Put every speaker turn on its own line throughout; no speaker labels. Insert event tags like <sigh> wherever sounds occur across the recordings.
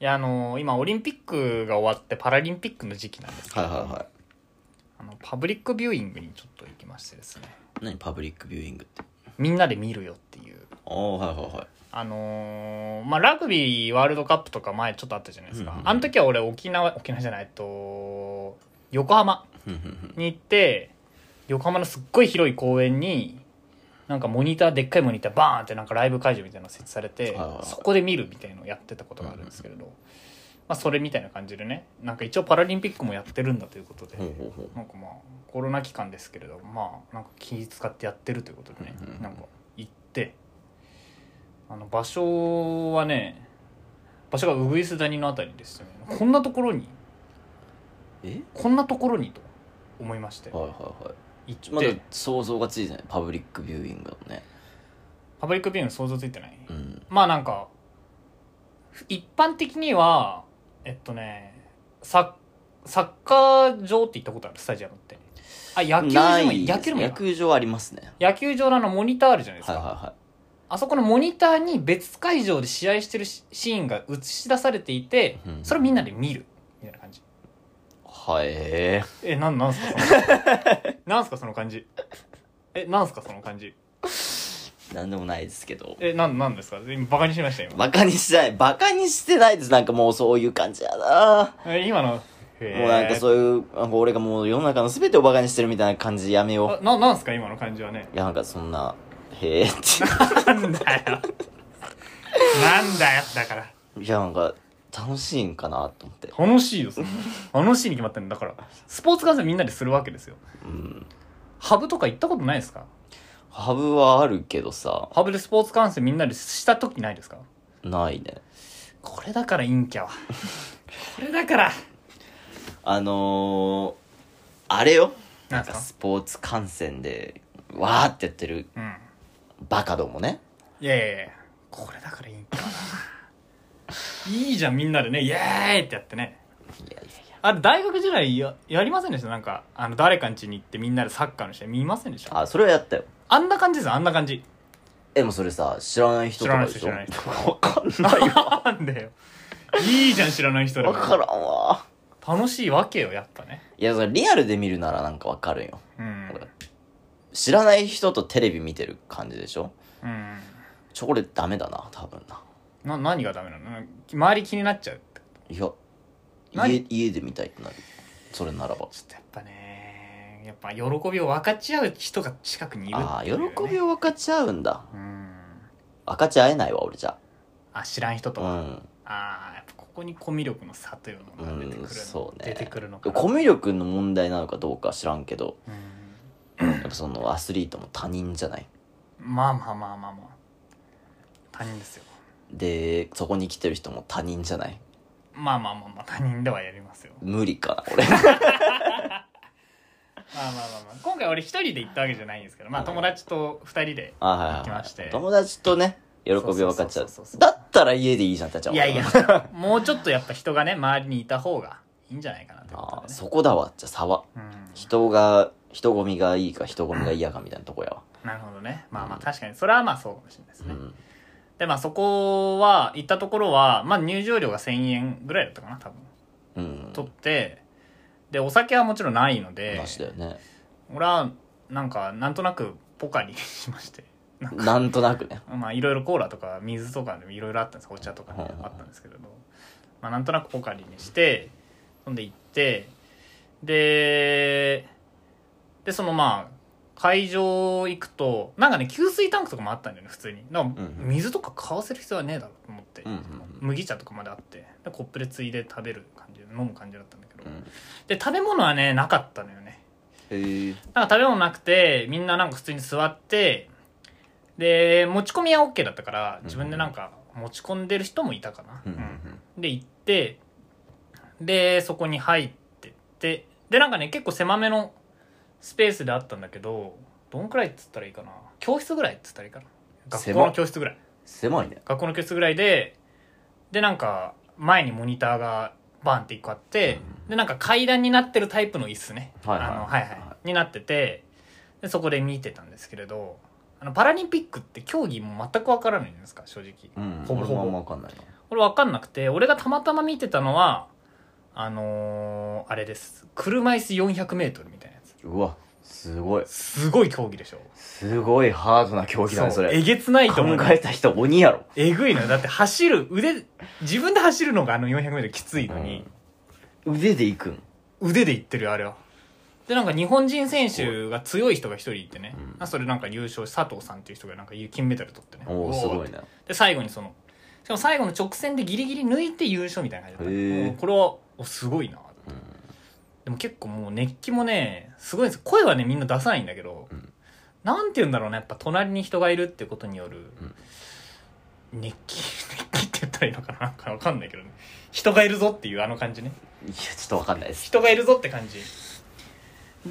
いや、あのー今オリンピックが終わってパラリンピックの時期なんですけ
はい
ど、
はいは
あのパブリックビューイングにちょっと行きましてですね、
い何パブリックビューイングって
みんなで見るよっていう、
ああはいはいはい
あのーまあ、ラグビーワールドカップとか前ちょっとあったじゃないですか。
うんうん
あの時は俺沖縄、沖縄じゃない、えっと、横浜
ふんふんふん
に行って、横浜のすっごい広い公園に、なんかモニター、でっかいモニターバーンってなんかライブ会場みたいなの設置されて
はいは、い
そこで見るみたいのをやってたことがあるんですけれど、まあそれみたいな感じでね、なんか一応パラリンピックもやってるんだということで、
ほうほうほう
なんかまあコロナ期間ですけれどまあなんか気使ってやってるということでね、
うんうん
なんか行ってあの場所はね場所がウグイス谷のあたりですよねこんなところに
え
こんなところにと思いまして
はいはいはい
行
ま
っ
だ
て
想像がついてないパブリックビューイングだもんね
パブリックビューイング想像ついてない、
うん
まあなんか一般的にはえっとねサッサッカー場って行ったことあるスタジアムってあ野球場も
ない
野球でもいい
野
か
球場ありますね
野球場のあのモニターあるじゃないです
は
か、
いはいは
あそこのモニターに別会場で試合してるシシーンが映し出されていて
う、ん
それをみんなで見る。みたいな感じ。
いはいえ
え、なん、なんすかそ <laughs> の感じ。なんすかその感じ。え、なんすかその感じ。
ーなんでもないですけど
え、なん、なんですか今バカにしましたよ、
バカにしてないバカにしてないですなんかもうそういう感じやな
今。え、今の、へー
もうなんかそういうなんか俺がもう世の中の全てをバカにしてるみたいな感じやめよ
あな、なんすか今の感じはね。
ういやなんかそんなへえって
なんだよ。なんだよ、だから。
いやなんか楽しいんかなと思って
楽しいよ、そんな。楽しいに決まってるんだから。スポーツ観戦みんなでするわけですよ。
うん
ハブとか行ったことないですか
ハブはあるけどさ
ハブでスポーツ観戦みんなでした時ないですか
ないね
これだから陰キャ <laughs> はこれだから
あのー、あれよ
な
なんん
すか
かスポーツ観戦でわーってやってる
うん
バカどもね
いやいやいやこれだから陰キャはないいじゃんみんなでねイエーイってやってね
いやいやいや
あれ大学時代ややりませんでしたなんかあの誰かん家に行ってみんなでサッカーの試合見ませんでしたあ
あそれはやったよ
んな感じですあんな感じ
えでもそれさ知らない人
知
と
らな
か
い
で
人
し
知
ょ
らない
分
人
かんな
<laughs>
い
なんだよいいじゃん知らない人で
分
も
からんわ
楽しいわけよやっぱね
いやそれリアルで見るならなんか分かるよ
うん
知らない人とテレビ見てる感じでしょ
うん
チョコレートダメだな多分な
な何がダメなの周り気になっちゃうって
いや
何
家家で見たいってなるそれならば
ちょっとやっぱねやっぱ喜びを分かち合う人が近くにいる
ああ
ってい
喜
うね
びを分かち合うんだ
うん
分かち合えないわ俺じゃ
あ知らん人と
う
は、
ん
ああやっぱここにコミュ力の差というのが出てくるの、
うんそうね
出てくるのかな
コミュ力の問題なのかどうかは知らんけど
うん
やっぱそのアスリートも他人じゃない
まあまあまあまあまあ他人ですよ
でそこに来てる人も他人じゃない
まあまあまあまあ他人ではやりますよ
無
<laughs>
理かな俺
まあまあまあまあ今回俺一人で行ったわけじゃないんですけどまあ友達と二人で
あはい
行きまして
友達とね喜びを分かち
そうそ
合う
うそうそうそう
だったら家でいいじゃんってなっちゃう
いやいやもうちょっとやっぱ人がね周りにいた方がいいんじゃないかなって
あ
こ
ー
とでね
そこだわじゃあ差は
うん
人が人混みがいいか人混みが嫌かみたいなとこやわ
なるほどねまあまあ確かにそれはまあそうかもしれないです
う
ね、
ん
でまあそこは行ったところは、まあ、入場料が1000円ぐらいだったかな多分
うん
取ってでお酒はもちろんないので
なしだよね
俺はなんかなんとなくポカリ <laughs> しましてなんか
なんとなくね
まあいろいろコーラとか水とかでもいろいろあったんですお茶とかね
はいはい
あったんですけれど、まあ、なんとなくポカリにして飲んで行ってででそのまあ会場行くとなんかね給水タンクとかもあったんだよね普通になんか
うんうん
水とか買わせる必要はねえだろうと思って、
うんうんうん
麦茶とかまであってでコップでついで食べる感じ飲む感じだったんだけど、
うん
で食べ物はねなかったのよね
へえ
なんか食べ物なくて、みんななんか普通に座って、で、持ち込みは OK だったから、自分でなんか持ち込んでる人もいたかな。
うんうん
うんで、行って、で、そこに入ってって、で、なんかね、結構狭めのスペースであったんだけど、どんくらいっつったらいいかな。教室ぐらいっつったらいいかな。学校
狭
の
っ
教室ぐらい。
狭いね
学校の教室ぐらいで、で、なんか、前にモニターがバンって一個あって、で、なんか階段になってるタイプの椅子ね。
はいはい
あのはいはい。になってて、でそこで見てたんですけれど、あのパラリンピックって競技も全く分からないんですか正直、
うん
ほぼほぼ
俺もあんま分かんないな
俺分かんなくて俺がたまたま見てたのはあのーあれです車椅子 400m みたいなやつ
うわすごい
すごい競技でしょ
すごいハードな競技だね
う
それ
えげつないと
考
思う
えた人鬼やろ
えぐいのよだって走る腕自分で走るのがあの 400m きついのに、
腕で行くん
腕でいってるよあれはでなんか日本人選手が強い人が一人いてね、
うん
あそれなんか優勝佐藤さんっていう人がなんか金メダル取ってね
おおすごい
ね
な
で最後にそのしかも最後の直線でギリギリ抜いて優勝みたいな感じだった
へー
うんこれはおすごいなでも結構もう熱気もねすごいんですよ声はねみんな出さないんだけど、
うん
なんて言うんだろうねやっぱ隣に人がいるってことによる熱気熱気って言ったらいいのかななんかわかんないけどね人がいるぞっていうあの感じね
いやちょっと分かんないです
人がいるぞって感じ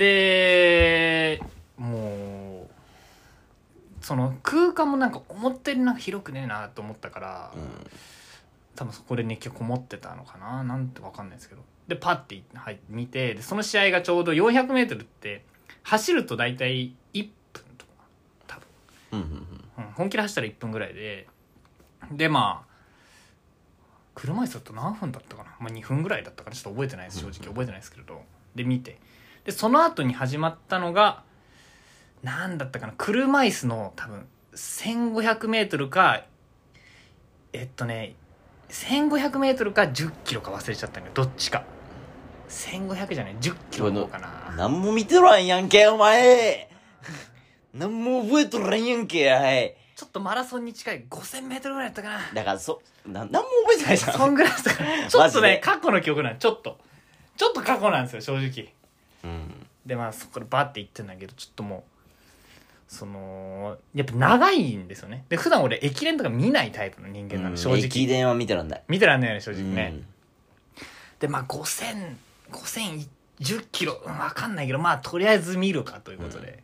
でもうその空間もなんか思ったよりなんか広くねえなと思ったから、
うん
多分そこで熱気がこもってたのかななんてわかんないですけどでパッて入って見てでその試合がちょうど 400m って走ると大体1分とか多分、
うんうんうん
うん、本気で走ったら1分ぐらいででまあ車椅子だと何分だったかな、まあ、2分ぐらいだったかなちょっと覚えてないです正直覚えてないですけれどで見てでその後に始まったのが何だったかな車椅子の多分 1500m かえっとね 1500m か 10km か忘れちゃったんだけどどっちか1500じゃない 10km の方かな
何も見てらんやんけお前何も覚えとらんやんけはい
ちょっとマラソンに近い 5000m ぐらいだったかな
だからそな何も覚えて
<laughs>
ないじゃ
そ
ん
んぐらいですかちょっと
マジで
ね過去の記憶なんちょっとちょっと過去なんですよ正直
うん
でまあそこでバッて行ってんだけどちょっともうそのやっぱ長いんですよねで普段俺駅伝とか見ないタイプの人間なの
うん
正
駅
直
伝は見てらんない
見てらんないよね正
う
直ね、
ん
でまあ5000 5000 10キロうんわかんないけどまあとりあえず見るかということで、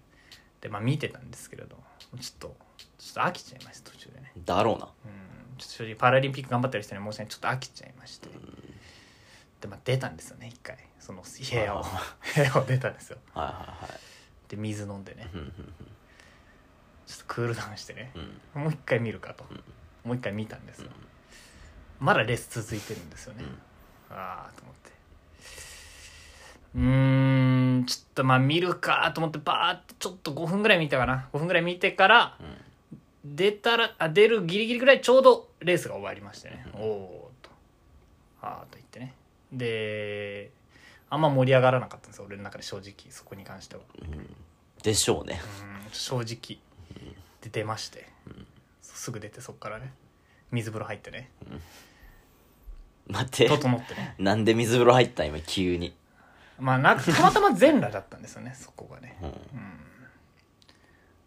でまあ見てたんですけれどちょっとちょっと飽きちゃいました途中でね
だろうな
うんちょっと正直パラリンピック頑張ってる人には申し訳ないちょっと飽きちゃいまして、でまあ出たんですよね一回その部屋を部屋を出たんですよ
はいはいはい
で水飲んでね
うんうん
ちょっとクールダウンしてね
う、ん
もう一回見るかと、もう一回見たんですよ、まだレース続いてるんですよね、
うん
ああと思ってうーんちょっとまあ見るかと思ってバーってちょっと5分ぐらい見たかな5分ぐらい見てから
うん
出たらあ出るギリギリぐらいちょうどレースが終わりましてね、おおーとああと言ってねであんま盛り上がらなかったんですよ俺の中で正直そこに関しては
でしょうね
うん正直で出まして、すぐ出てそっからね水風呂入ってね
待って
整ってね
なんで水風呂入ったん今急に
まあなんかたまたま全裸だったんですよねそこがね
うん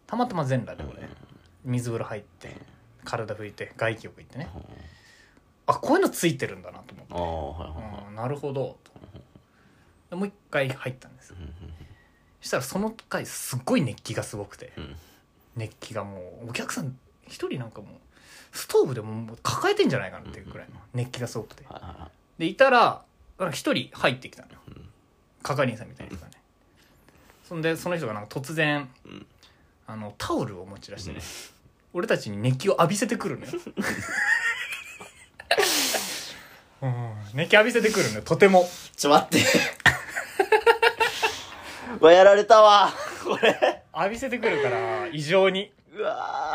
たまたま全裸で俺水風呂入って体拭いて外気浴行ってねあこういうのついてるんだなと思って
ああはいはいは
あーなるほどとでもう一回入ったんです
い
そしたらその回すっごい熱気がすごくて
うんうん
熱気がもうお客さん一人なんかもうストーブでももう抱えてんじゃないかなっていうくらいの熱気がすごくて
はいはいはい
でいたらなんか一人入ってきたのよ
ん
係員さんみたいな人がねそんでその人がなんか突然
ん
あのタオルを持ち出してね俺たちに熱気を浴びせてくるのようん熱気浴びせてくるのよとても
ちょ待ってうわやられたわこれ
浴びせてくるから異常に
うわ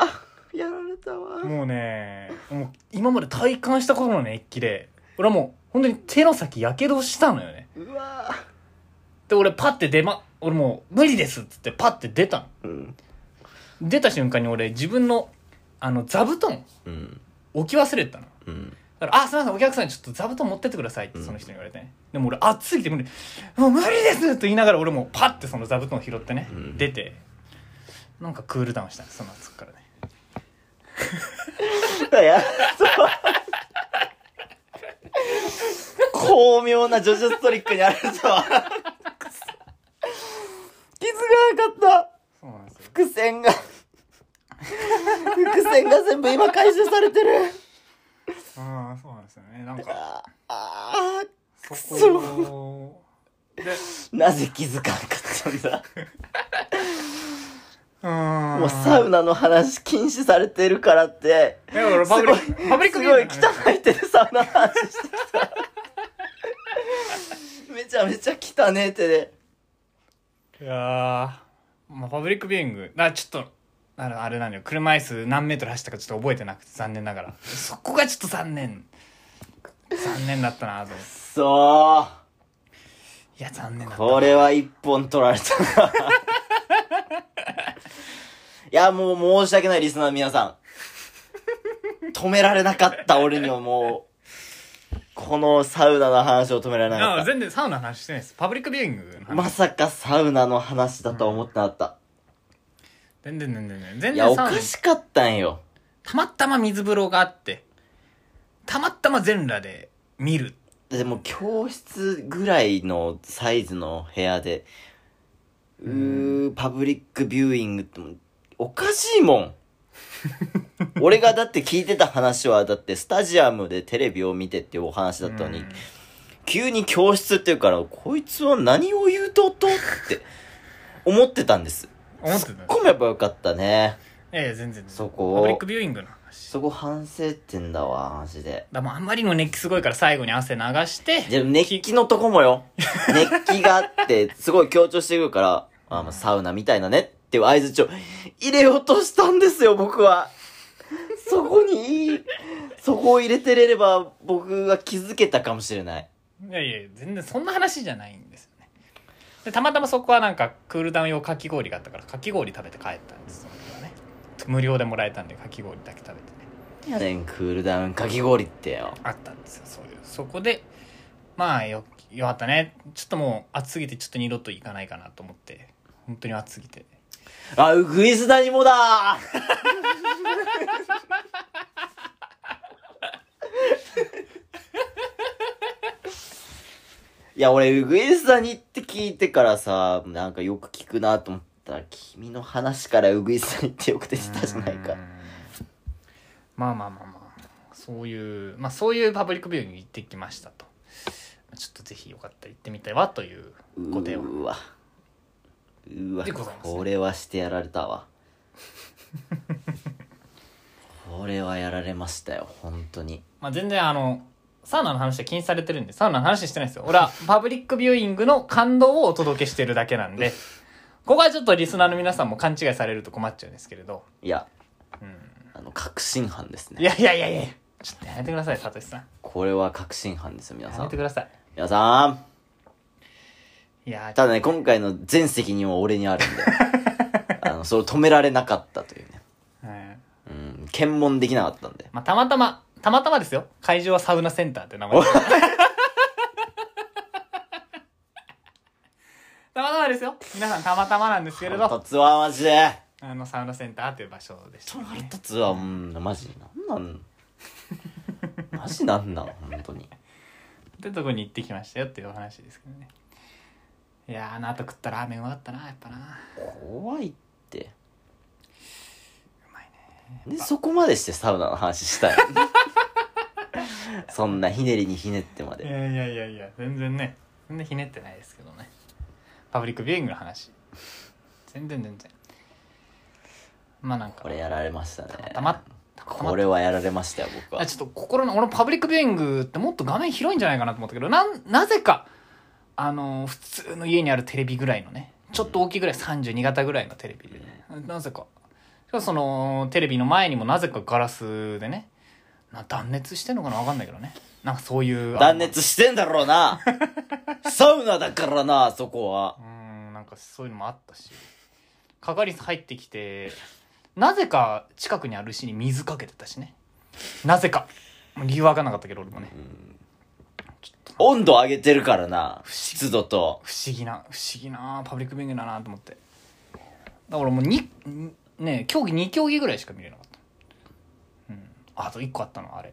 ーやられたわ
もうねもう今まで体感したことの熱気で俺はもう本当に手の先やけどしたのよね
うわ
で俺パッて出ま俺もう無理ですっつってパッて出たの
うん
出た瞬間に俺自分のあの座布団
うん
置き忘れてたの
うん
だから「あすいませんお客さんちょっと座布団持ってってください」ってその人に言われてね、でも俺暑すぎて無理「もう無理です!」と言いながら俺もうパッてその座布団を拾ってね、
うん
出てなんかクールダウンしたのその後からね
やられたわ巧妙な叙述トリックにやられたわ傷がなかった
そうなんですよ
伏線が伏線が全部今回収されてる
ああそうなんですよねなんか
ああ
そこで
なぜ気づかなかったんだ
うーん
もうサウナの話禁止されてるからって、
いや俺パブリ
す
ックパブリック
す
ビュー
ごい
イングだね
汚い手でサウナの話してきた。めちゃめちゃ汚ねえ手で。
いやー、まあ、パブリックビューイングだからちょっとあれあれなんよ車椅子何メートル走ったかちょっと覚えてなくて残念ながらそこがちょっと残念残念だったなと思って
そう。
いや残念だった
これは一本取られたな。いや、もう申し訳ないリスナーの皆さん。止められなかった俺にはもう、このサウナの話を止められなか
あ
っ
全然サウナの話してないですパブリックビューイングの
た。
話、
まさかサウナの話だとは思ってなかった。
全然全然全然全
いや、
然
お
サウナ
かしかったんよ。
たまたま水風呂があってたまたま全裸で見る
でも教室ぐらいのサイズの部屋で、うー、パブリックビューイングってもうおかしいもん。 <laughs> 俺がだって聞いてた話は、だってスタジアムでテレビを見てっていうお話だったの
う
に
ん、
急に教室っていうから、こいつは何を言うとっとって思ってたんです。
思ってたい
込めばよかったね。
やいや全然
そ
パブリッ
こ
ク、ビューイングの話
そこ反省点だわ、マジで。
だからもうあんまりにも熱気すごいから最後に汗流して
でも熱気のとこもよ。熱気があって、すごい強調してくるから、あまあサウナみたいなねっていう合図を入れようとしたんですよ、僕は。そこに、そこを入れてれれば僕は気づけたかもしれない。
いやいや全然そんな話じゃないんですよねでたまたまそこはなんかクールダウン用かき氷があったからかき氷食べて帰ったんですよ僕はね無料でもらえたんでかき氷だけ食べてね
やねん、クールダウンかき氷ってよ。
あったんですよそういうそこでまあよよかったねちょっともう暑すぎてちょっと二度と行かないかなと思って本当に暑すぎて
あ、ウグイスダニもだいや、俺、ウグイスダニって聞いてからさ、なんかよく聞くなと思ったら、君の話からウグイスダニってよく出てたじゃないか
うーん。まあまあまあまあそういうまあそういうパブリックビューイング行ってきましたとちょっとぜひよかったら行ってみたいわという
う
ご提案
ーわ。うーわ
でございますね
これはしてやられたわ。これはやられましたよ、本当に。
まあ、全然あの、サウナの話は禁止されてるんで、サウナの話してないですよ。俺はパブリックビューイングの感動をお届けしてるだけなんで、ここはちょっとリスナーの皆さんも勘違いされると困っちゃうんですけれど。
いや、
うん。
あの、確信犯です
い
ね。
やいやいやいやちょっとやめてください、サトシさん。
これは確信犯ですよ、皆
や
さ
めて
ん。
ください。
皆さん。
いやー
ただね、今回の全責任は俺にあるん
<laughs>
で。あの、それを止められなかったというね。
うん。
うん、検問できなかったんで。
まあ、たまたま、たまたまですよ。会場はサウナセンターって名前。たまたまですよ。皆さんたまたまなんですけれ
腹
ど、
立つわ、マジで。
あの、サウナセンターっていう場所でした、ね。
腹立つわ、うん、マジ。な
<laughs>
んなんマジなんなん、本当に。
ってとこに行ってきましたよっていうお話ですけどねいやーあの後食ったラーメンうまかったなやっぱなう
怖いって。
まいね
で、そこまでしてサウナの話
<laughs>
したい。そんなひねりにひねってま
い
で。
やいやいやいや全然ね全然ひねってないですけどねパブリックビューイングの話全然全然まあなんか
これやられましたね。
たまたま
これはやられましたよ、僕は
あ。ちょっと心の俺もパブリックビューイングってもっと画面広いんじゃないかなと思ったけどなんなぜかあのー普通の家にあるテレビぐらいのねちょっと大きいぐらい32型ぐらいのテレビで、ねなぜかしかもそのテレビの前にもなぜかガラスでねな断熱してんのかな分かんないけどねなんかそういう
断熱してんだろ
<laughs>
うなサウナだからな、そこは
う。ーんなんかそういうのもあったし係り入ってきてなぜか近くにある石に水かけてたしねなぜか理由わかんなかったけど俺もね
温度上げてるからな、湿度と。
不思議な不思議なパブリックビューイングだなと思ってだからもうににね競技2競技ぐらいしか見れなかった、うん、あと1個あったのあれ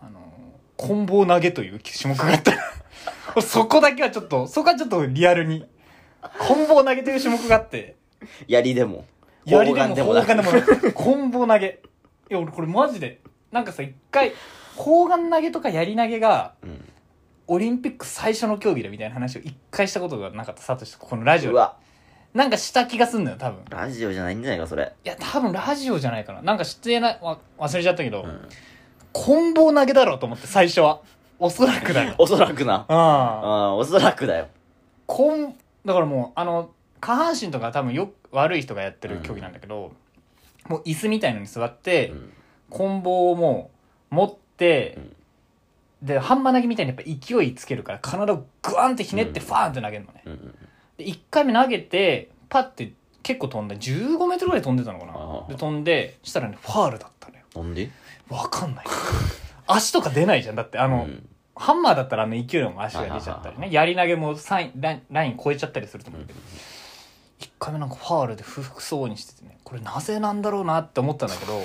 あのー棍棒投げという種目があった <laughs> そこだけはちょっとそこはちょっとリアルに棍棒投げという種目があって
槍でも。
槍でも砲丸で
な
もなく棍棒投げいや俺これマジでなんかさ一回砲丸投げとか槍投げが
うん
オリンピック最初の競技だみたいな話を一回したことがなかったサトシとここのラジオ
う
で
わ、
なんかした気がすんのよ多分
ラジオじゃないんじゃないかそれ
いや多分ラジオじゃないかななんか出演なわ忘れちゃったけど、
ん
棍棒投げだろうと思って最初はおそらく
<laughs>
だよ
おそらくな
ああ
あおそらくだよ
こんだからもうあの下半身とか多分よ悪い人がやってる競技なんだけど、もう椅子みたいのに座って、
うん
棍棒をもう持って、でハンマー投げみたいにやっぱ勢いつけるから体をグワンってひねって
うん
ファーンって投げるのね、
うんうん
で1回目投げてパッて結構飛んだ1 5メートルぐらい飛んでたのか
ああ
なで飛んでしたらねファールだったのよ
なんで
わかんない足とか出ないじゃんだってあ
あ
の、ハンマーだったらあの勢いのも足が出ちゃったりねやり投げもサインラインライン超えちゃったりすると思うけど、1回目なんかファールで不服そうにしててねこれなぜなんだろうなって思ったんだけど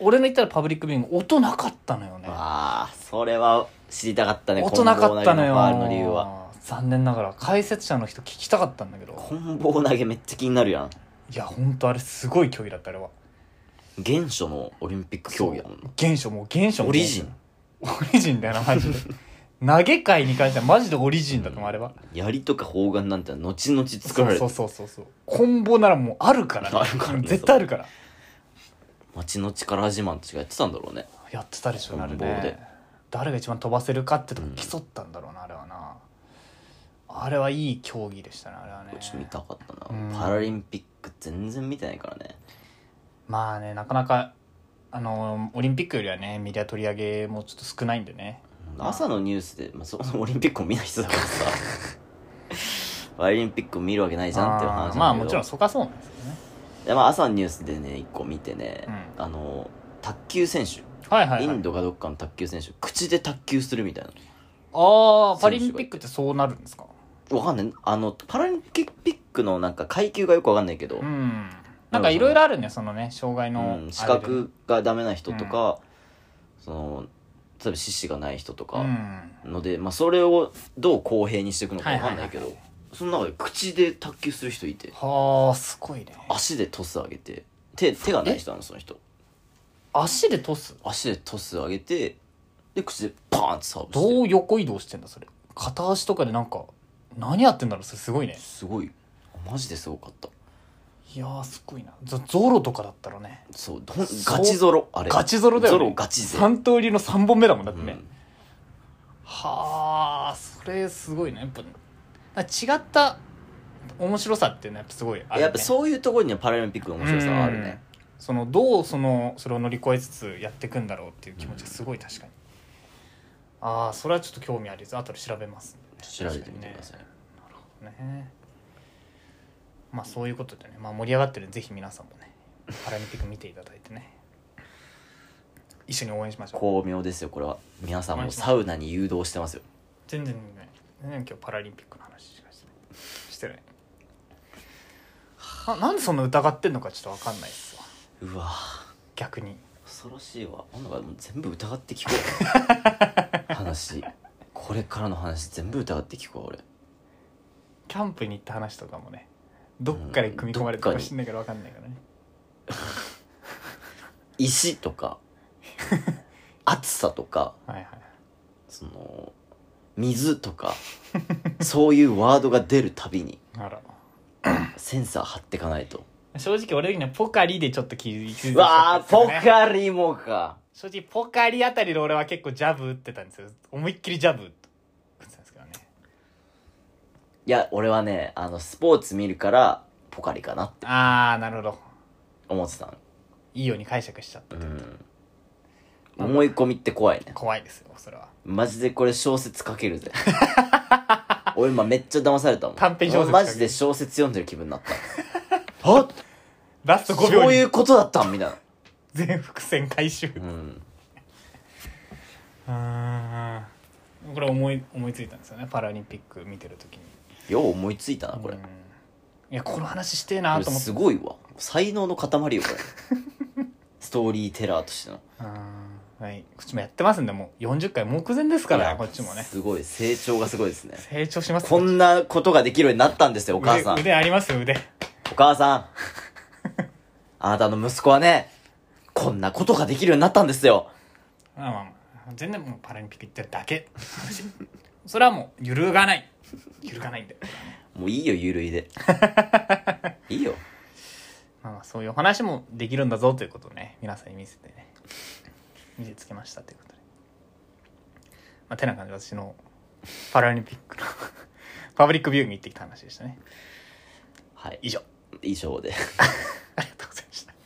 俺の言ったらパブリックビューイング音なかったのよね
ああそれは知りたかったね
音なかったの
棍棒投げ
よ
ファールの理由は
残念ながら解説者の人聞きたかったんだけど
棍棒投げめっちゃ気になるやん
いやほんとあれすごい競技だったあれは
原初のオリンピック競技やもんな
原初もう原初も
オリジン
オリジンだよなマ
<laughs>
ジで投げ界に関してはマジでオリジンだと思うあれは
槍とか砲丸なんて後々作られ
そ
て
うそうそうそう棍棒ならもうあるから、
あるからね
絶対あるから
町の力自慢とかやってたんだろうね
やってたでしょなる
棍棒で
ね誰が一番飛ばせるかってとこ
うん
競ったんだろうな、あれはなあれはいい競技でしたねあれはね
ちょっと見たかった
うん
なパラリンピック全然見てないからね
まあねなかなかあのオリンピックよりはねメディア取り上げもちょっと少ないんでね
朝のニュースで、まあ、そもそもオリンピックを見ない人だから
<laughs>
さパラリンピックを見るわけないじゃんっていう話なん
あ
だけ
ー
ど
まあもちろんそこはそうなんですよね
でまあ、朝のニュースでね一個見てね、あの卓球選手、
はいはい、
イ
は
ン
い、
ドかどっかの卓球選手口で卓球するみたい
ああパリンピックってそうなるんですか
なわかんないあのパラリンピックのなんか階級がよくわかんないけど、
うんなんかいろいろあるねそのね障害の、
うん、視覚がダメな人とか、その例えば四肢がない人と
あれでう
か
ん
ので、まあ、それをどう公平にしていくのかわかんないけど、
はいは
その中で口で卓球する人いて
はあすごいね
足でトス上げて手手がない人なのその人
足でトス
足でトス上げてで口でパーンってサーブして
どう横移動してんだそれ片足とかでなんか何やってんだろうそれすごいね
すごいマジですごかった
いやーすごいなゾゾロとかだったらね
そうほん
そう
ガチゾロあれ
ガチゾロだよね
ゾロガチで、
三刀流の3本目だもんだっ
う
てね、
ん、
はあそれすごいねやっぱだから違った面白さっていうのはやっぱすごいある、ね、
やっぱそういうところにはパラリンピックの面白さはあるね
うんそのどうそのそれを乗り越えつつやっていくんだろうっていう気持ちがすごい確かに、ああそれはちょっと興味ありです後で調べます
調べてみてください、
ねまあそういうことでね、まあ、盛り上がってるんでぜひ皆さんもねパラリンピック見ていただいてね一緒に応援しましょう
巧妙ですよこれは皆さんもサウナに誘導してますよ
全然ね全然今日パラリンピックの話しかしてないしてないはなんでそんな疑ってんのかちょっと分かんないっすわ
うわ
逆に
恐ろしいわなんかもう全部疑って聞こ <laughs> う話これからの話全部疑って聞こう俺
キャンプに行った話とかもねどっかで組み込まれてるかもしんないから分かんないからね
石と <laughs> か暑さとか
はいはい
その水とかそういうワードが出るたびに
あら
センサー張ってかないと
正直俺的にはポカリでちょっと気づいてたんですよね
わあポカリもか
正直ポカリあたりで俺は結構ジャブ打ってたんですよ思いっきりジャブ打ってたんですけどね
いや俺はねあのスポーツ見るからポカリかなって
ああなるほど
思ってたの
いいように解釈しちゃった
うん思い込みって怖いね
怖いですよそれは
マジでこれ小説書けるぜ <laughs> 俺今めっちゃ騙されたもん
短編小説書ける
マジで小説読んでる気分になったあ
ラスト
そ
5秒
うい
に
うことだったんみたいな
全伏線回収
うん
あーこれ思い思いついたんですよねパラリンピック見てる時に
よう思いついたなこれ
うんいやこの話してえな
ことれ
思って
すごいわ才能の塊よこれストーリーテラーとしての
うんはいこっちもやってますんでもう40回目前ですからこっちもね
すごい成長がすごいですね
成長しますよ
こんなことができるようになったんですよお母さ
腕
ん
腕ありますよ腕
お母さん <laughs> あなたの息子はねこんなことができるようになったんですよ
まあまあまあ全然もうパラリンピック行ってるだけそれはもう揺るがない揺るがないんで <laughs>
もういいよゆるいでいいよ
まあまあそういうお話もできるんだぞということをね皆さんに見せてね見せつけましたということで、まあ、てな感じで私のパラリンピックの <laughs> パブリックビューイングに行ってきた話でしたね
はい
以上
以上で
ありがとうございました